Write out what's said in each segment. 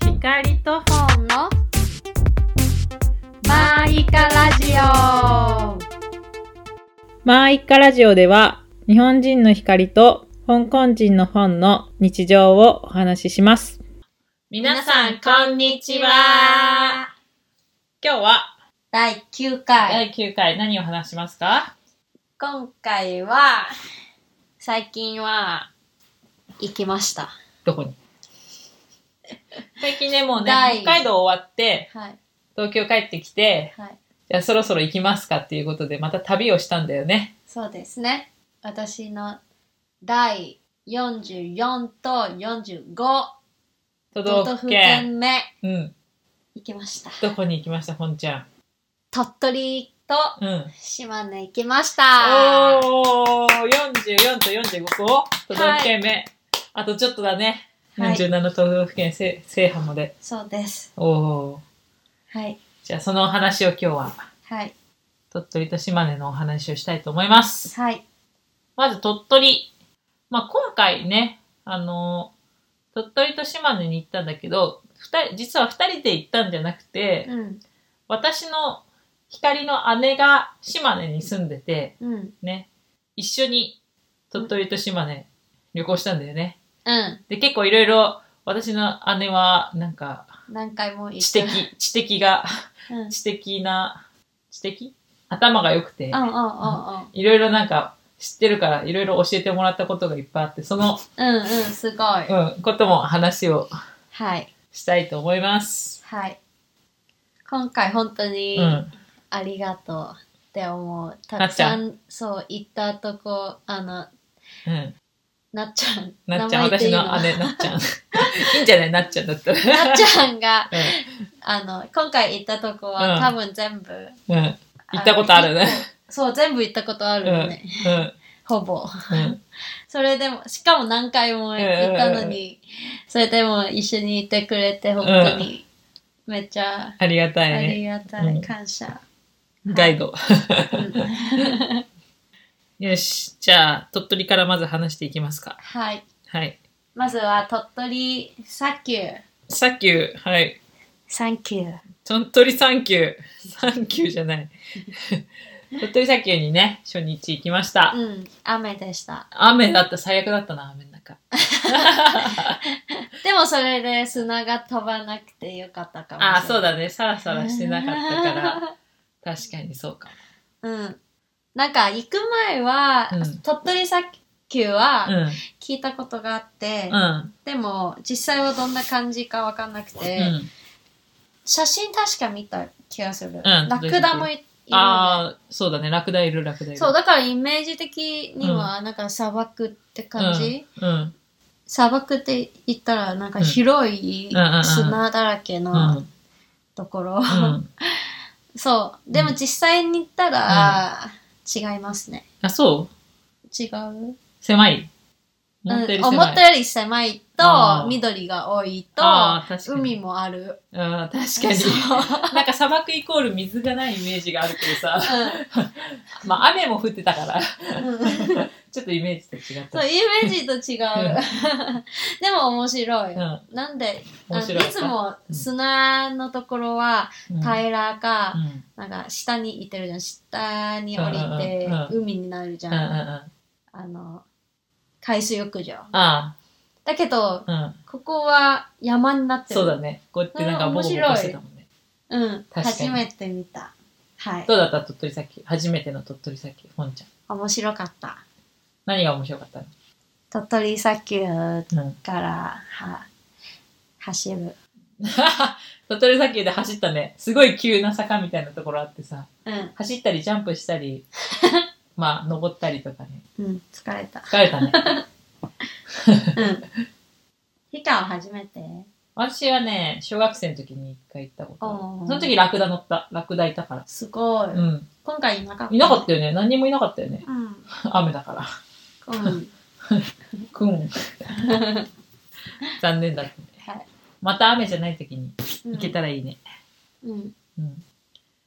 光と本のマイカラジオマーイッカラジオでは日本人の光と香港人の本の日常をお話しします。皆さん、こんにちは。今日は第9回。第9回何を話しますか今回は、最近は、行きました。どこに 最近ね、もうね第、北海道終わって、はい。東京帰ってきて、はい。じゃあそろそろ行きますかっていうことで、また旅をしたんだよね。そうですね。私の第44と45都都道府道府県。県目うん。行きました。どこに行きました、本ちゃ鳥取とん。うん。島根行きました。おー、44と45個都道府県目、あとちょっとだね。はい47都道府県制制覇まで。そうです。おー。はい。じゃあそのお話を今日は、はい。鳥取と島根のお話をしたいと思います。はい。まず鳥取。まあ、今回ね、あのー、鳥取と島根に行ったんだけど、二人、実は二人で行ったんじゃなくて、うん。私の光の姉が島根に住んでて、うん。ね、一緒に鳥取と島根旅行したんだよね。うん。で、結構いろいろ私の姉はなんか何回も行知的、知的 が、うん。うんうん知的な、知的頭が良くて、うんいろいろなんか知ってるからいろいろ教えてもらったことがいっぱいあって、その、うん。うんうん。すごい。うん、ことも話をはい。したいと思います。はい。今回本当にうん。ありがとうって思う。たなくっちゃさんん、そう、行ったとこ、あの、うん。なっちゃん。なっちゃん、名前で私いいの姉、なっち ゃん。いいんじゃないなっちゃんだったら。なっちゃんが、うあの、今回行ったとこうはん多分全部。ん。うん。行ったことあるね。そう、全部行ったことあるよね。うん。ほぼ。うん。それでも、しかも何回も行ったのに、それでも一緒にいてくれて、本当に、めっちゃありがたいあね。りがたうい、ん感謝。ガイド。うんよし。じゃあ、鳥取からまず話していきますか。はい。はい。まずは鳥取砂丘。サンキュー。はい。サンキュー。鳥取サンキュー。サンキューじゃ ない。鳥取サンキューにね、初日行きました。うん、雨でした。雨だった。最悪だったな、雨の中。でもそれで砂が飛ばなくてよかったかもしれない。ああ、そうだね。サラサラしてなかったから。確かにそうか うん。なんか行く前は、うん鳥取砂丘も。うはん。聞いたことがあって、うん。でも実際はどんな感じかわかんなくて、うん。写真確か見た気がする。んラクダもいいるよねああ、そうだね。ラクダいる、ラクダいる。そう、だからイメージ的にはなんか砂漠って感じ、うん。うん。砂漠って言ったらなんか広いうんうんうんうん砂だらけうのん。ところ、うん。 そうでも実際に行ったら違いますねあ、そう違う狭い思ったようりん思狭ったい。より狭いあーと緑が多いとあー確かに海も あるうん、確かに。そう なんか砂漠イコール水がないイメージがあるけどさ、 うまあ雨も降ってたから、んうんちょっとイメージと違った。そうイメージと違う でも面白い、うんなんであ面のい白かったつも砂のところはうん平らか、うんなんか下にいてるじゃん下に降りてうんうんう海になるじうんうんうんゃんああの海水浴場あ、だけどうん。ここは山になってるそうだね。こうやってなんかボコボコしてたもんね。うん確かに初めて見たはいどうだった鳥取砂丘初めての鳥取砂丘、ほんちゃん。面白かった何が面白かったの鳥取砂丘うん。 からは走る鳥取砂丘で走ったね。すごい急な坂みたいなところあってさ、うん走ったりジャンプした り、まあ登ったりとかね。うん疲 れた疲れたね。うんヒカを初めて私はね、小学生の時に一回行ったことある。おーその時ラクダ乗った。ラクダいたから。すごい、うん。今回いなかったいなかったよね。何にもいなかったよね。うん雨だから。うんく ん。残念だった。はいまた雨じゃない時にうん行けたらいいね。うんうん。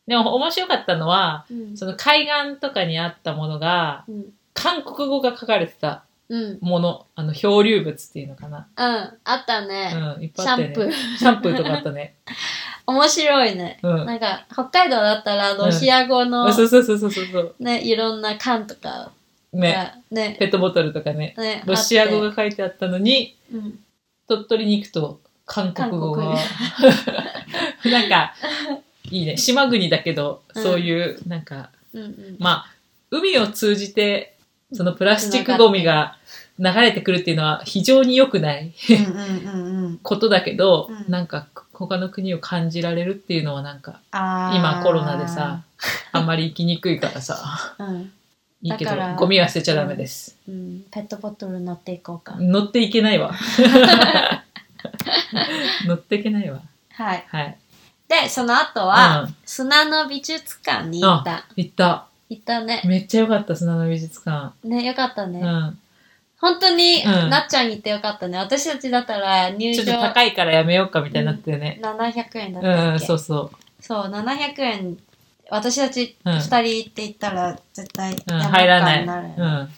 でも面白かったのは、うんその海岸とかにあったものが、うん韓国語が書かれてた。うん。うん。もの、あの、漂流物っていうのかな。あったね。うん、いっシぱいあって、ね。ャンプー。シャンプーとかあったね。面白いね。うんなんか、北海道だったらロシア語の、そうそうそうそうそう。ね、いろんな缶とかね。がね、ペットボトルとかね。ね、ロシア語あっが書いてあったのに、てうん。鳥取に行くと韓国語が。 なんか、いいね。島国だけど、うんそういう、なんか、うんうん。まあ、海を通じて、そのプラスチックゴミが流れてくるっていうのは非常に良くない うんうんうんうん。ことだけど、うんなんか他の国を感じられるっていうのはなんか、あー今コロナでさ、あんまり行きにくいから さ、うん。いいけどだから、ゴミは捨てちゃダメです。うん。ペットボトル乗っていこうか。乗っていけない わ。乗っていけないわ。はい。はい。で、その後は、うん砂の美術館に行った。行った。行ったね。めっちゃ良かった、砂の美術館。ね、よかったね。うん。本当に、うんなっちゃんに行ってよかったね。私たちだったら入ちょ場っと高いからやめようかみたいになってね。 700円だっうたっん、け、そうそう。そう、700円、私たちうん2人って言ったら絶対うん、やば入らかなになるよね、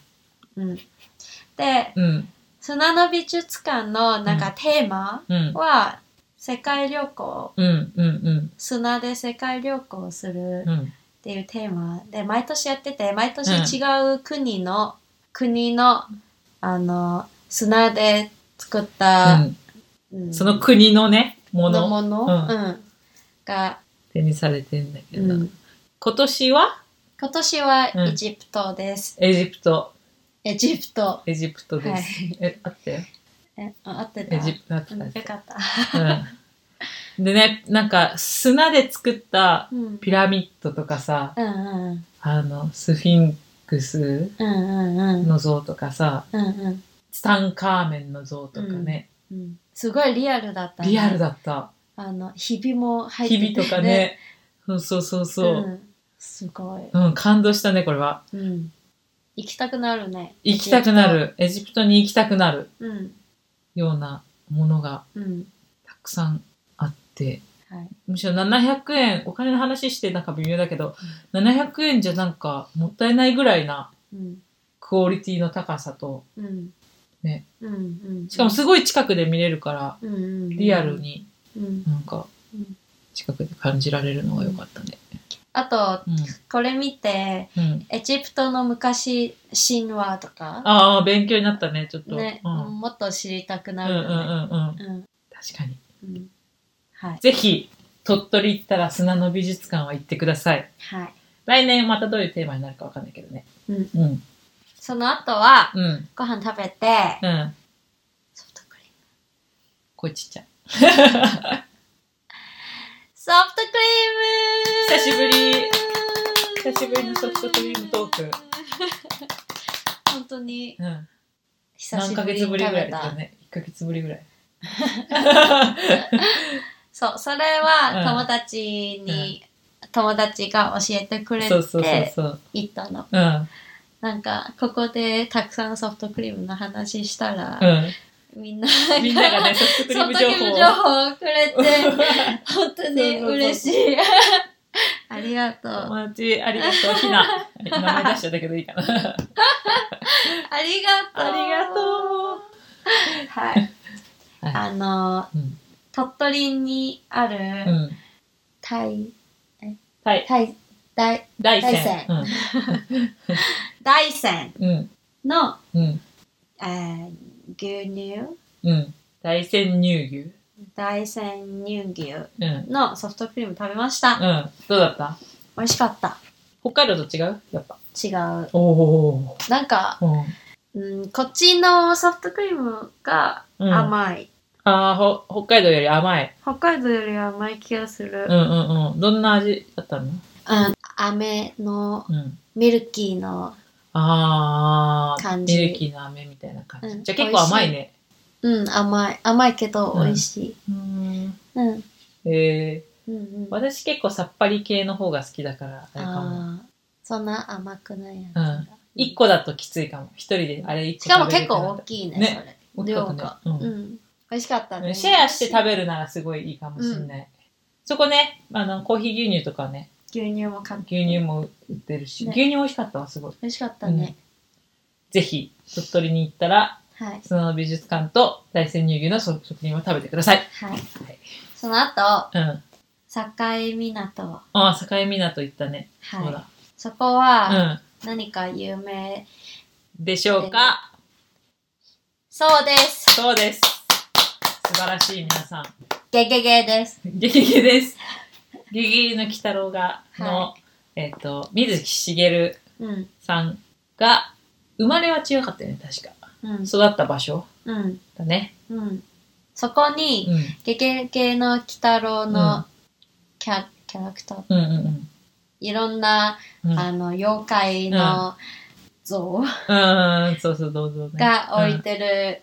い。うんで、うん。うん。砂の美術館のなんかテーマうん。は、世界旅行、うん。うん。砂で世界旅行をするうん。うん。っていうテーマで、毎年やってて、毎年違う国の、国の、あの、砂で作った、うんその国のね、もののもの、うんうんが、手にされてんだけうど。ん今年は今年はうんエジプトです。エジプト。エジプト。エジプトではす。い。え、あったよ。え、あ合ってた。エジプトあったうんでよかった。す。うん。でね、なんか砂で作ったうん。うんピラミッドとかさ、うん。あの、スフィンクスうんうんうん。の像とかさ、うんうんツタンカーメンの像とかね、うん。すごいリアルだったね。リアルだった。あの、ひびも入ってて日々とか。ね、そうそうそうそうう。ん。すごい。うん、感動したね、これは。うん。行きたくなるね。行きたくなる。エジプトに行きたくなるうん。ようなものがうん。たくさんあって、はい。むしろ700円、お金の話してなんか微妙だけど、700円じゃなんかもったいないぐらいなうん。クオリティの高さと、うん。ね。うんうん。しかもすごい近くで見れるから、うんうん。リアル。にうん。なんかうん近くで感じられるのが良かったね。あと、うこれ見て、ん。うん。エジプトの昔、神話とか。ああ、勉強になったね、ちょっと。ね、うん。うんもっと知りたくうなんうるよね。んうん。うん確かに。うんはい。ぜひ、鳥取行ったら砂の美術館は行ってください。はい。来年またどういうテーマになるかわかんないけどね。うん。うん。その後は、うん。ご飯食べて、うん。ソフトクリーム。これちっちゃい。ソフトクリーム久しぶり久しぶりのソフトクリームトーク。本当に、うん。久何しヶぶりに月食ぶべりぐらいだよた。ね。1ヶ月ぶりぐらい。そう、それうはん友達に、友達が教えてくれそうそうそうてそう。行ったの。うん。なんか、ここでたくさんソフトクリームの話したらう、 ん。みんな、みんながね、ソフトクリーそのム時情の報情報をくれて、を。本当に嬉 しい。ありがとう。あ友達、ありがとう、ひな。はい名前出しちゃったけどい いかな。りがとう。ありがとう。はい。う。はあの、い。うん。鳥取にあうる、ん。タイ、はい。タイ、大、大大山。山大山うん。うん。の、うん。えー牛乳、うん。大山乳牛。大山乳牛うん。うん。のソフトクリーム食べました。どうだった美味しかった。北海道と違うやっぱ。違う。おお。なんか、うん。うん、こっちのソフトクリームがうん、あ甘い。あーほ、北海道より甘い。北海道より甘い気がする。うんうんうん。どんな味だったのうん、飴のうん。ミルキーの、ああ、感ミじルキーな飴みたいな感じ。うんじゃあ結構甘いね。うん、甘い。甘いけど美味しい。うーん。うん。うん、えうんー、。私結構さっぱり系の方が好きだから、あれかも。ああ、そんな甘くないやつうが。一個だときついかも。一人であれ一個しかも食べれ結るかな構大きいね、ねそれ。大きか量ったねが。ううんん。美味しかったね。シェアして食べるならすごいいいかもしれない。そこね、あの、コーヒー牛乳とかね、牛乳も買って。牛乳も売ってるし、ね牛乳美味しかったわ、すごい。美味しかったね。ぜひ、鳥取に行ったら、はい。砂の美術館と大山乳牛の食品を食べてください。はい。その後、うん。境港。はああ、境港行ったね。そうい。だ。そこは、うん。何か有名でしょうかそうです。そうです。素晴らしい皆さん。ゲゲゲです。ゲゲゲです。ゲゲゲの鬼太郎が、の、はえっ、と、水木しげるうん。さんが、生まれは違かったよね、確か。うん。育った場所うん。だね。うん。そこに、うん。ゲゲゲの鬼太郎うんのキャ,、キャラクター、うんうんいろんな、うん。うんあの、妖怪の像うんうん、そうそう、どうぞ、ね。が置いてる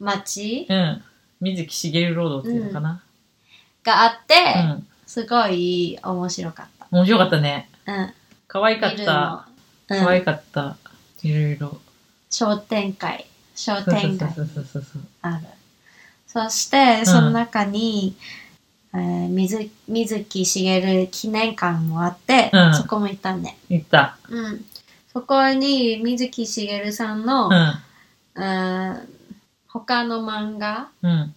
街うん。うん。水木しげるロードっていうのかな。があって、うん。すごい面白かっ面白かったね。た。うん。可愛かっ見るた。の可うん、愛かった。いろいろ。商店街、商そうそう店街そうそうそうそう。ある。そして、その中に、えー水水木しげる記念館もあって、うんそこも行ったね。行った。うん。そこに水木しげるさんの、ううん他の漫画ん。うん。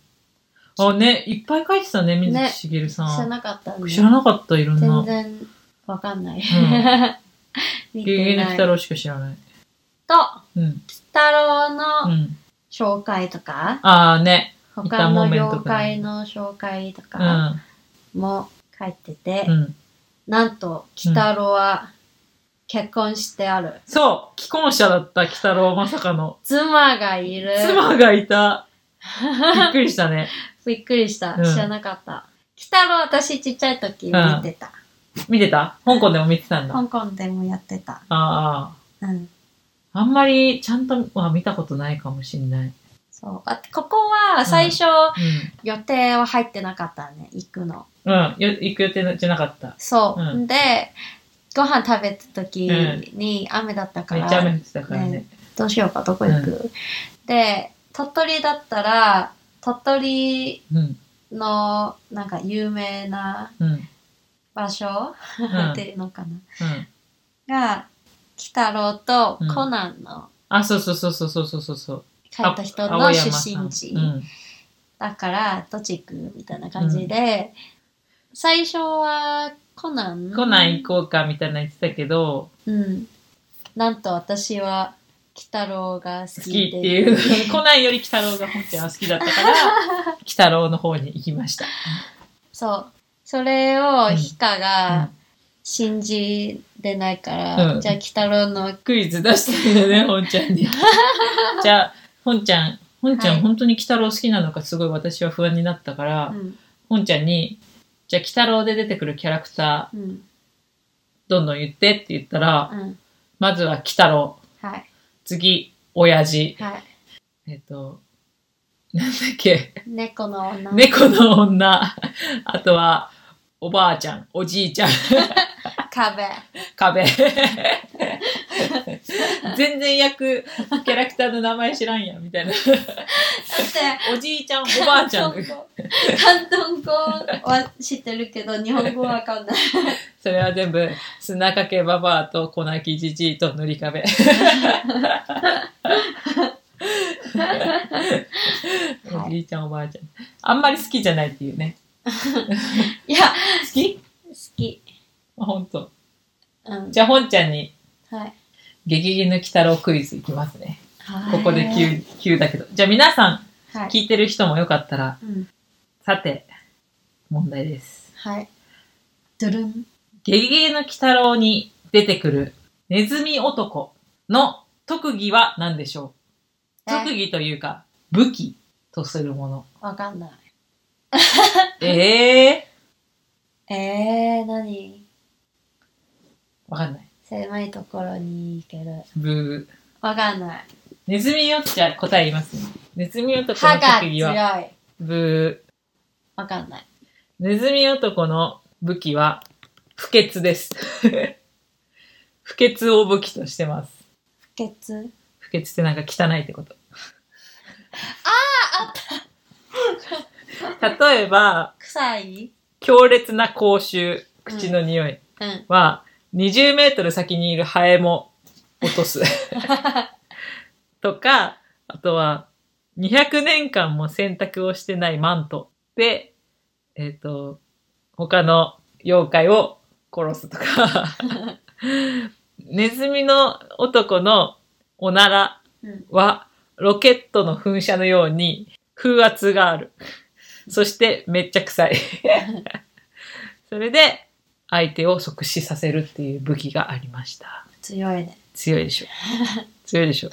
あ、ね、いっぱい書いてたね、水ね木しげるさ知らん。なかったね。知らなかった、いろんな全。然わかんない。 見ゲゲての鬼ない。太と、郎しか知らない。うん。鬼太郎うのん。紹介とか、ああね。他の板木綿とか妖ね怪の紹介とうかん。も書いてて、うん。なんと、鬼太郎は結婚してある。そう既婚者だった鬼太郎、まさかの。妻がいる。妻がい た。びっくりしたね。びっくりした。うん知らなかった。鬼太郎私ちっちゃい時見てた。見てた香港でも見てたんだ。あ香港でもやってた。あ。うん。あんまりちゃんとは見たことないかもしんない。そう。あここは最初、うん。予定は入ってなかったね、行くの。うん。よ行く予定じゃなかった。そう。うんで、ご飯食べた時に雨だったかめら、っちゃ雨降ってたからねね。どうしようか、どこ行く、で、鳥取だったら、鳥取うん。のなんか有名なうん。うん。場所、んっていうのかな。が、鬼太郎とコナンのあ、そうそうそうそうそうそうそうそう。書いた人あ青の出山さん身地。うん。だから、どっち行くみたいな感じで、最初はコナン。コナン行こうかみたいな言ってたけど、うん。なんと私は、鬼太郎が好好ききっで。ていう、コナンより鬼太郎が本当は好きだった から、鬼太郎の方に行きました。そう。それを、うんヒカが信じれないから、うんじゃあ、鬼太郎の、クイズ出してるよね、本ちゃん に。じゃあ、本ちゃん、本ちゃん、はい本当に鬼太郎好きなのかすごい私は不安になったから、うん、本ちゃんに、じゃあ鬼太郎で出てくるキャラクター、うん、どんどん言ってって言ったら、うん。まずは鬼太郎、はい、次、親父、はい。えっ、と、なんだっけ、猫の女。猫の女、あとは、おばあちゃん、おじいちゃん。壁。壁全然役キャラクターの名前知らんやみたいなだおじいちゃんおって、ばあちゃん広東語広東語は知ってるけど、日本語はわかんない。それは全部砂かけばばあと粉きじじいと塗り壁おじいちゃんおばあちゃんあんまり好きじゃないっていうねいや、好き好き。あ本当うん。じゃあ本ちゃんにはい。 「ゲゲゲの鬼太郎」クイズいきますねここで急急急だけどじゃあ皆さはんい。聞いてる人もよかったらうん。さて、問題です。はい。ドゥルン。ゲゲゲの鬼太郎に出てくるネズミ男の特技は何でしょうえ特技というか、武器とするもの。わかんない。えええー、何ー、わかんない。狭いところに行ける。ブー。わかんない。ネズミよっちゃ答え言いますね。ネズミ男歯のが特技強い。は、わブー。かんない。ネズミ男の武器は、不潔です。 不潔を武器としてます。不潔。不潔ってなんか汚いってこと。あああった例えば、臭い強烈な口臭、口の匂いうん。は、20メートル先にいるハエも落とす。とか、あとは、200年間も洗濯をしてないマントで、えっ、と、他の妖怪を殺すとか、ネズミの男のおならうんは、ロケットの噴射のように風圧がある。そして、めっちゃ臭 い。それで、相手を即死させるっていう武器がありました。強いね。強いでしょ。強いでしょ。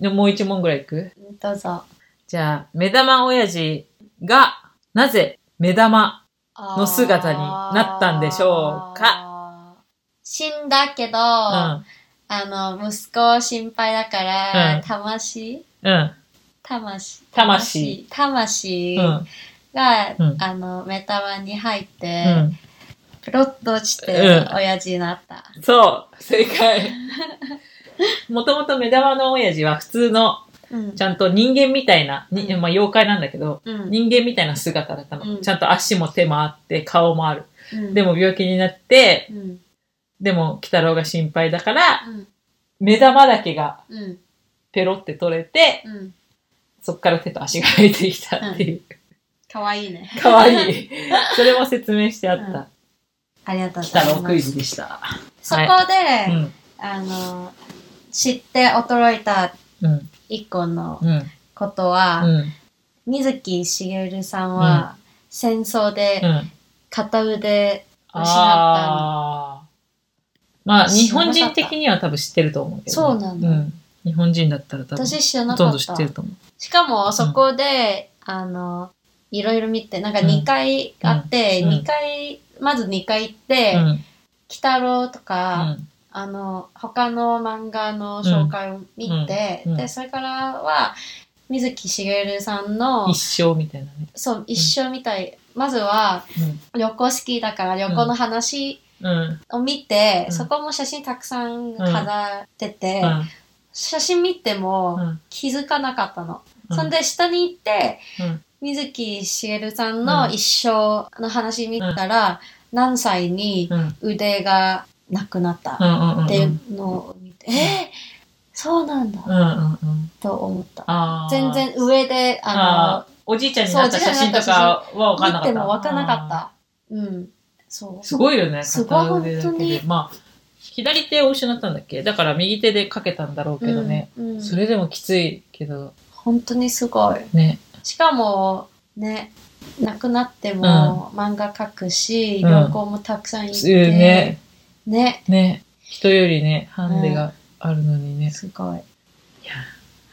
でもう一問ぐらいいくどうぞ。じゃあ、目玉親父が、なぜ目玉の姿になったんでしょうか死んだけど、あうの、息子を心配だから、うん魂ん。うん。魂魂魂うん。が、うんあの、目玉に入っうて、ん。プロッと落ちてう、ん親父になった。そう、正解。もともと目玉の親父は普通の、うんち。ゃんと人間みたいな、にうんまあ、妖怪なんだけど、うん人間みたいな姿だったの。うんちゃんと足も手もあって、顔もある。うんで、も病気になってう、ん。でも、鬼太郎が心配だから、うん。目玉だけがうん。ペロって取れて、うん。そっから手と足が生えてきたっていう。かわいいね。かわいい。それも説明してあっうんた。ありがとうござ北いのクまイす。ズでした。そこで、うん。あの、知って驚いたうん。一個のうん。ことは、うん。水木しげるさんは、戦争うでん。片腕失った、ああ。まあ、日本人的には多分知ってると思うけどね。そうなんだうん。日本人だったら多分、私知らほなとかんどっ知たってると思う。しかもそこで、あのいろいろ見てなんか2回あって、うん二回まず2回行ってうん。う「ん。鬼太郎」とか、あの他の漫画の紹介を見て、うんうんでそれからは水木しげるさんの一生みたいなね。そう一生みたい、まずは旅行好きだから旅行の話、うん。うん。を見て、うんそこも写真たくさん飾ってて、うん。写真見てうもん。気づかなかったの。うんそんで下に行って、うん水木しげるさんうのん一生の話見たら、何歳にうん。腕がなくなったうん。うん。っていうのを見て、えーそうなんだうん。うん。うん。と思った。ああ。全。然上で、あああ。おじいちゃんになった写真とかは分かんなの、か見った。てもわかんなかった。うん。そう。すごいよね、すごい片腕だけ本当でに。まあ、左手を失ったんだっけだから右手でかけたんだろうけどね。うん、うんそれでもきついけど、本当にすごい。ね。しかもね亡くなっても漫画描くし、旅行もたくさん行普って、通ね、ねね。人よりね、ハンデがあるのにね。すごいいや、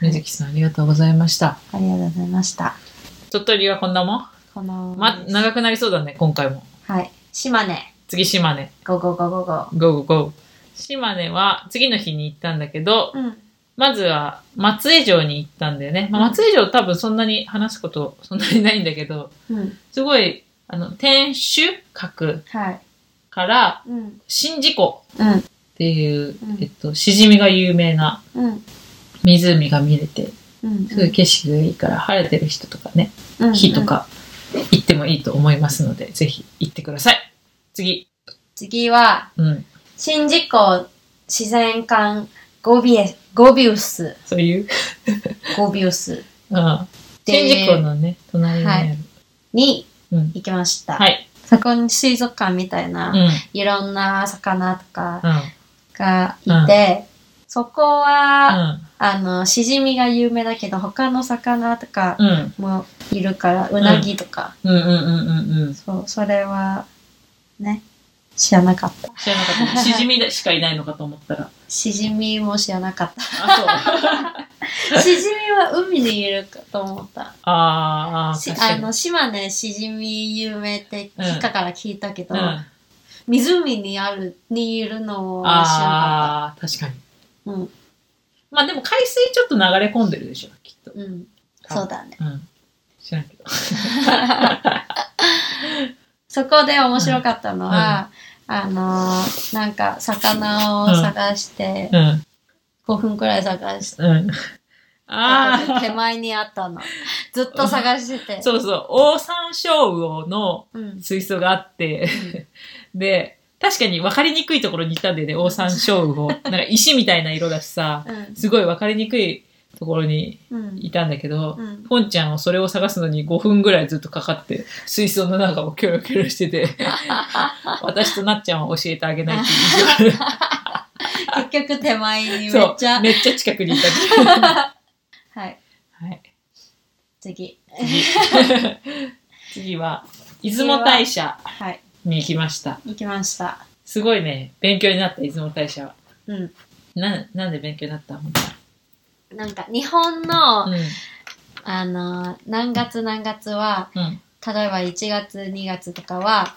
水木さんありがとうございました。ありがとうございました鳥取はこんなもんこの、ま、長くなりそうだね、今回も。はい島根次、島根。ゴゴゴゴゴゴーゴー。島根は次の日に行ったんだけど、うんまずは松江城に行ったんだよね。まあ、松江城多分そんなに話すことそんなにないんだけど、うんすごい、あの、天守閣はいから、うん宍道湖うんっていう、うんえっと、しじみが有名なうん湖が見れて、うんすごい景色がいいから、晴れてる人とかね、うん日とか、行ってもいいと思いますので、ぜひ行ってください。次。次はうん。宍道湖自然館ゴビエゴビウスそういう。ゴビウスうん。で天神湖のね、隣にある。はにうん。行きました、はい。そこに水族館みたいな、うん。うん。いろんな魚とか、うがいて、そこは、ん。あの、しじみが有名だけど、他の魚とかうん。もいるから、うなぎとか、うんうんうんうんうん。そう、それは、ね、知らなかった。知らなかった。しじみしかいないのかと思ったら。しじみも知らなかった。あ、そう。 しじみは海にいるかと思った。あーあしー、あ確かの、島根しじみ有名って、うんヒカから聞いたけど、に。うん。湖にある、にいるのを知らなかっああ、確かに。た。うん、まあでも海水ちょっと流れ込んでるでしょ、きっと。うん。そうだね。うん。知らんけど。そこで面白かったのは、あのーなんか魚を探して、うん。 5分くらい探して、うん。後で手あ前にあったの。ずっと探してて。あ、そうそう。オオサンショウウオのうん。水槽があって、で、確かに分かりにくいところに行ったんだよね、オオサンショウウオ。なんか石みたいな色だしさ、うん。すごい分かりにくいところにうん。いたんだけど、うんポンちゃんをそれを探すのに5分ぐらいずっとかかって、水槽の中をキョロキョロして て、私となっちゃんは教えてあげないっていう意地悪結局手前 にめっそうちゃ。めっちゃ近くにいたっていう。はい。はい、次。次次は、出雲大社はい。に行きました。行きました。すごいね、勉強になった、出雲大社は。うん。な、なんで勉強になった本なんか、日本の、当にあの、何月何月は、うん。うん。例えば1月2月とかは、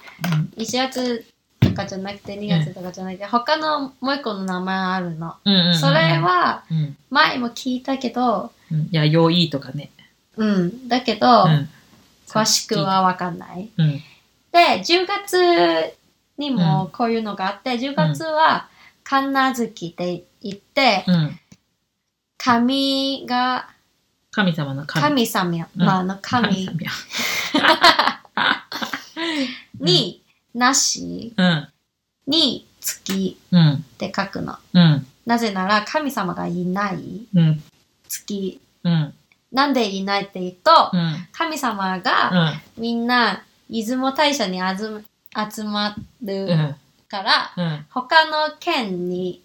1月とかじゃなくて2月とかじゃなくて、他のもう一個の名前あるの。うん。うんうんそれ、は、うん。前も聞いたけど、うん。弥生とかね。うん。だけど、うん。詳しくはわかんない。うん。で、10月にもこういうのがあって、10月は、神奈月って言って、うん。神が、神様の神。神様の神神様に、なしやに月うん。うん。って書くの。うん。なぜなら神様がいないうん。月。うん。なんでいないって言うと、うん。神様がみんな出雲大社にあず集まうるん。から、うん。他の県に、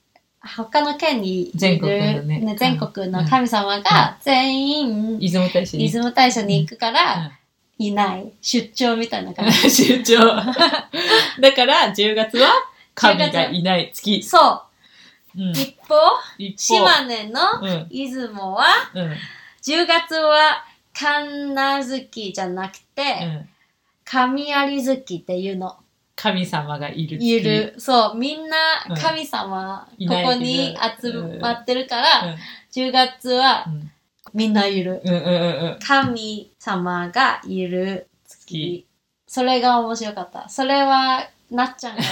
他の県にいる全国のね全国の神様が全員、出雲大社に出雲大社に行くから、いない。出張みたいなう感ん じ。出張。だから、10月は神がいない月。そうんう。一方、一方島根のうん。出雲は、うん。 10月は、神奈月じゃなくうて、ん。神有月っていうの。神様がいる月。いる。そう、みんなうん神様、いこないこに集まってるから、10月うはん。みんないる。うん。うん。うん。うん。神様がいる月月。それが面白かった。それは、なっちゃん が教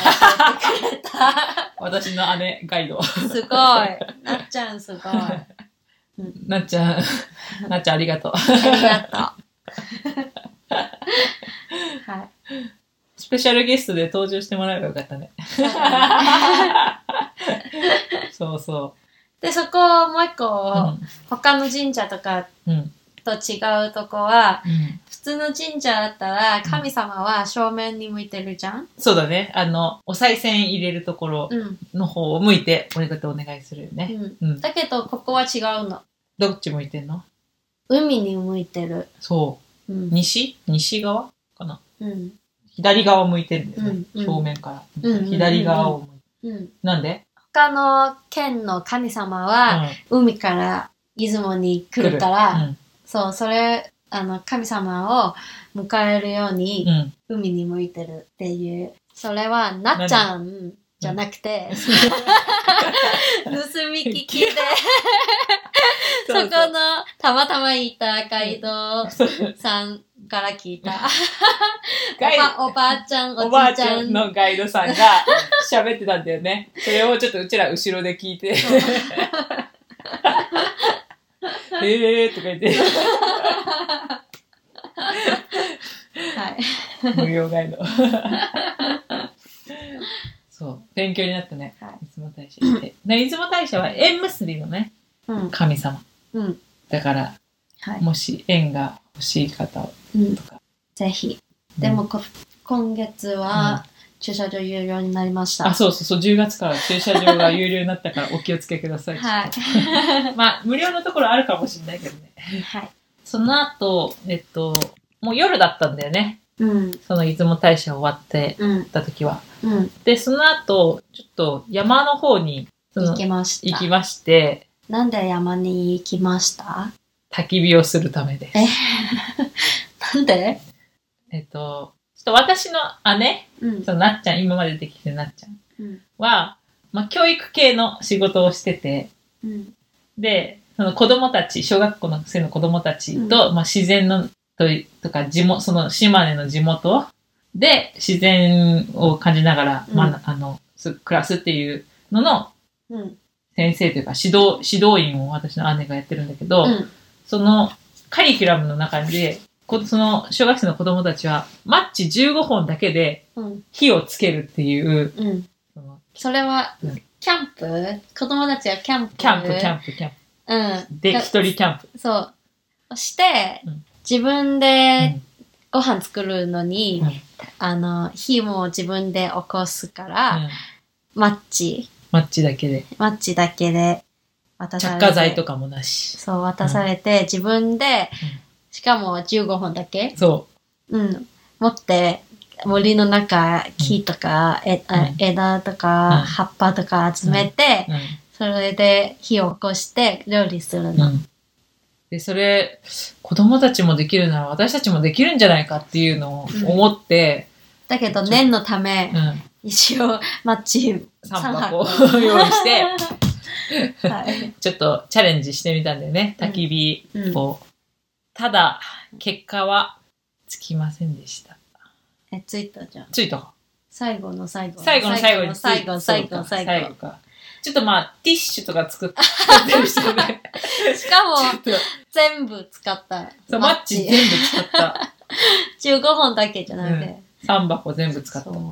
えてくれた。私の姉ガイド。 すごい。なっちゃんすごい。あなっちゃん、 なっちゃんありがとう。り がとう。はい。スペシャルゲストで登場してもらえばよかったね。そうそで、そこをもう一個、う。うん。他の神社とかうん。と違うとこは、うん。普通の神社だったら神様は正面に向いてるじゃんそうだね。あの、お賽銭入れるところうん。の方を向いて、俺がとお願いするようね。ん。うん。だけど、ここは違うの。どっち向いてんの海に向いてる。そうう。ん。西西側かなうん。左側向いてるんだよね。うんうん正面から。うんうんうん左側を向いて。うん。なんで他の県の神様は、海から出雲に来るから、うん。そう、それ、あの、神様を迎えるよううに、ん。海に向いてるっていう。それは、なっちゃんじゃなくて、 盗み聞きで、そこの、たまたまいたガイドそうそうさんから聞いた。ガイドおばおばあちゃん、おおばじあいちちゃゃん。んのガイドさんが 喋ってたんだよね。それをちょっとうちら後ろで聞いて。 えーとか言って、はい。無料ガイド。 そう、勉強になったね。、はい出雲大社行って。ね出雲大社は縁結びのね、うん。神様。うん。だから、はい。もし縁が欲しい方とうん。か。ぜひ。でもこ、今月は駐車場有料になりました。あ、そうそうそう、10月から駐車場が有料になったからお気をつけください。 はい。まあ、無料のところあるかもしれないけどね。はい。その後、えっと、もう夜だったんだよね。うん。その出雲大社終わってうん。た時は。うん。で、その後、ちょっと山の方に、その行きました。行きまして、なんで山に行きました焚き火をするためです。なんでえっと、ちょっと私の姉、うんそ。のなっちゃん、今までできてるなっちゃんうん。は、まあ、教育系の仕事をしてて、うん。で、その子供たち、小学校の生の子供たちと、まあ、自然のとい、とか、地元、その島根の地元で自然を感じながら、うんまあ、あの、す暮らすっていうののうん。先生というか指導、指導員を私の姉がやってるんだけど、うん。そのカリキュラムの中で、こその小学生の子供たちは、マッチ15本だけでうん。火をつけるっていう、うん。そのそれはうん、キャンプ子供たちがキャンプキャンプ、キャンプ、キャンプ。うん。で、だ一人キャンプ。そう。そしてうん、自分でご飯作るのに、うんあの、火も自分で起こすかうら、んマッチ、マッチだけで。マッチだけで渡され着て。火剤とかもなし。そう、渡されて、自分でん、しかも15本だけ、そうん、持って、森の中、木とか、えうあん枝とか、うん葉っぱとか集めて、う。うそれで火を起こして料理するん。の。うんで、それ、子供たちもできるなら私たちもできるんじゃないかっていうのを思って、だけど、念のためう、ん。一応、マッチ3三箱箱を 用意して、はい。ちょっとチャレンジしてみたんだよね。焚き火うんを。ただ、結果はつきませんでした。え、ついたじゃん。ついたか最後の最後。最後の最後につい最後の最後そうのか最後最後か。ちょっとまあ、ティッシュとか作ってる人 ね。しかちょも、っと全部使った。 そう、マッチ全部使った。 15本だけじゃなくて。 3箱全部使った。そう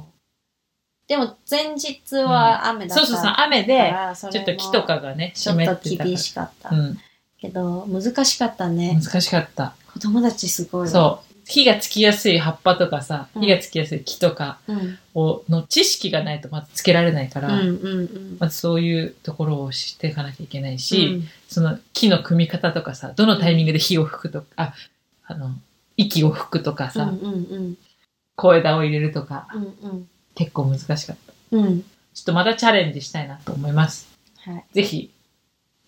でも、前日は雨だっそたうそうそう、か雨で、ら、そちれょっもと木とかがね、ち湿ょっってたとから厳しかったう。ん。けど、難しかったね。難しかった。子供たちすごいわ。そう。火がつきやすい葉っぱとかさ、うん火がつきやすい木とかう。うん。を、の知識がないとまずつけられないかうら、んうんうん。まずそういうところを知っていかなきゃいけないし、うんその木の組み方とかさ、どのタイミングで火を吹くとか、あ、あの、息を吹くとかうさ、んうん小枝を入れるとか、うん。うん結構難しかった。ちょうん。うん。っとまたチャレンジしたいなと思います。はい。ぜひ、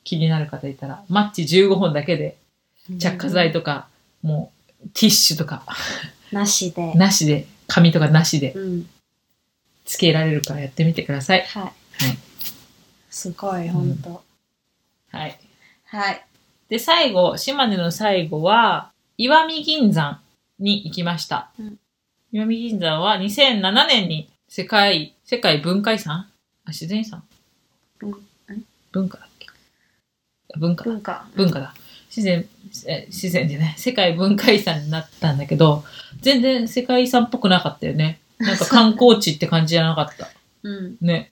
気になる方いたら、マッチ15本だけで、着火剤とか、もう、ティッシュとか、なしで。なしで、紙とかなしで、うん。つけられるからやってみてください。はい。はい。すごい、うんほんと。はい。はい。で、最後、島根の最後は、岩見銀山に行きました。うん石見銀山は2007年に世界、世界文化遺産あ、自然遺産うん文化だっけあ文化だ。文化。文化だ。自然、え自然じゃない。世界文化遺産になったんだけど、全然世界遺産っぽくなかったよね。なんか観光地って感じじゃなかった。うん。ね。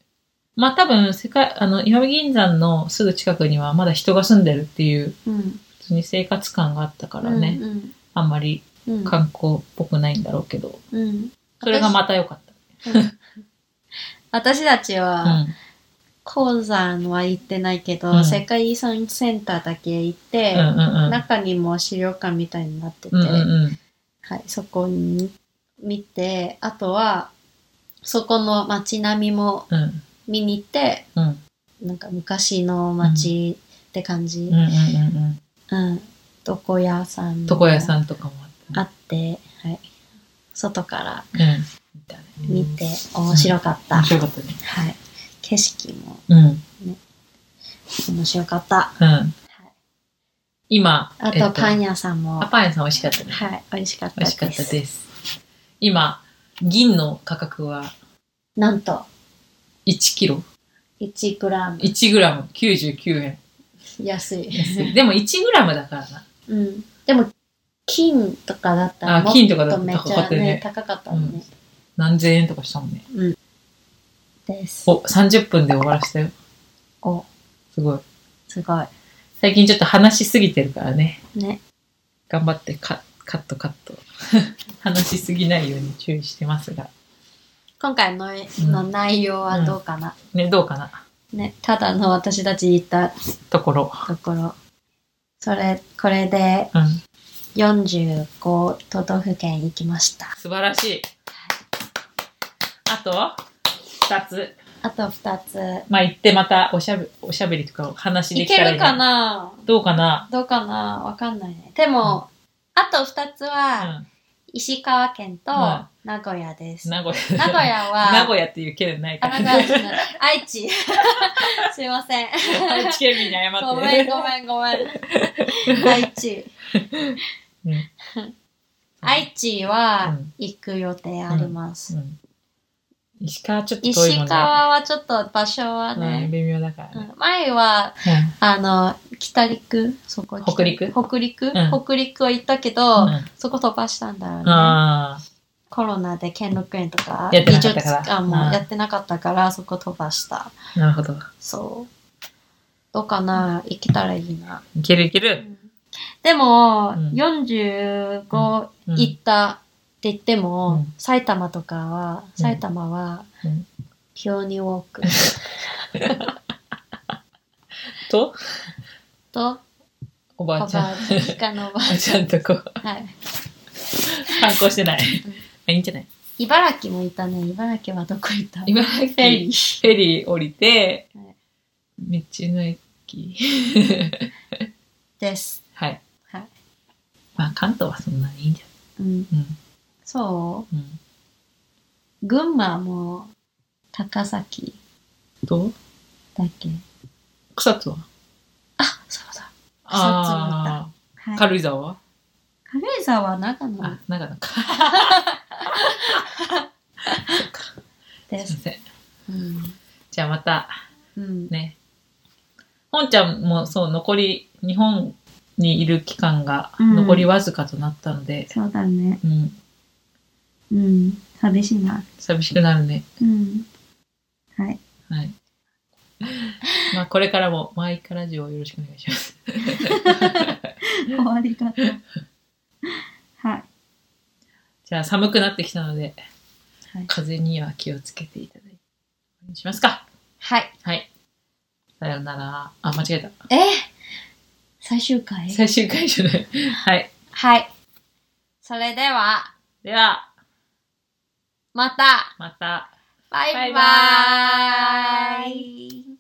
まあ多分、世界、あの、岩見銀山のすぐ近くにはまだ人が住んでるっていううん。普通に生活感があったからね、うんあんまりうん。うん観光っぽくないんだろうけど、うん。それがまた良かっ私たちた。は、鉱山は行ってないけど、うん世界遺産センターだけ行って、うんうんうんうん。中にも資料館みたいになってて、うんうんうん。はい、そこに見て、あとは、そこの街並みもうん見に行って、うんなんか昔の街って感じ。うんうんうんうん。床屋さんうん。とか。床屋さんとかもああっって、はい。外からたね。うん。見たね見て面白かった。面白かったね。はい。景色もうん。面白かった。うん。今、あえっとパン屋さんも、あパン屋さん美味しかったね。はい、美味しかった美で味しす。かったです。今、銀の価格はなんと、 1キロ1グラム ?1 グラム99円。安い。安いでも1グラムだからな。 うん。でも、金とかだったらあもっ金とかだととめっち高かっゃたよねね、高かったのね。何千円とかしたもんね。です。お、30分で終わらせたよ。お、すごい。すごい。最近ちょっと話しすぎてるからね。ね。頑張ってカカットカット。 話しすぎないように注意してますが。今回の,、の内容はどうかな、ね、どうかなね、ただの私たち行ったところ。ところ。それ、これでうん。 45都道府県行きました。素晴らしい。あと、2つ。あと2つ。まあ、行ってまたおしゃべおしゃべりとかお話で行きたけらいい、るかなどうかなどうかなわかんないね。でも、あと2つは、う石川県とうん名古屋です。ん。名古屋。名古屋 は、名古屋っていう県ないかあ、ら名古屋じゃない。愛知。 すいません。愛知県民に謝って。ごめん、ごめん、ごめ ん。愛知。うん愛知は行く予定あります。うん石川ちょっと遠いも石んね。川はちょっと場所はうん、ね、微妙だからうね。ん前は、あの、北陸そこ北陸北陸、ん北陸は行ったけうど、ん。そこ飛ばしたんだよね。ああ、コロナで兼六園とか、や美ってなか術ったから館もやってなかったから、そこ飛ばした。なるほど。そう。どうかな生きたらいいな。いけるいけうる。んでも、うん45うん行ったって言っても、うん埼玉とかは、うん埼玉はうん、ピオニウォークと、と、おおばばあちゃん。あちゃん、実家のおばおばああちちゃゃん。んとこう、はい。反抗してない。うんあいいんじゃない茨城もいたね。茨城はどこ行ったフ茨城フェリー。ー。フェリー降りてはい、道の駅。です。はい。はい。まあ、関東はそんなにいいんじうん。ゃないそうん。うん。う群馬も、高崎と、だっけ草津はあ、そうだ。津も行ったあはーい。軽井沢は軽井沢、長野あ、長野か。 ですいすま。せん。うん。じゃあまた、うん。ね。本ちゃんもそう、残り、日本にいる期間がうん残りわずかとなったので、そうだね。うん、うん。寂しいな。寂しくなるね。うん。はい。はい。まあ、これからも、マイカラジオをよろしくお願いします。終わり 方。はい。じゃあ、寒くなってきたので、はい。風には気をつけていただいて、お願いしますか。はい。はい。さようなら。あ、間違えた。えー最終回最終回じゃない。はい。はい。それでは、では、またまた。バイババイ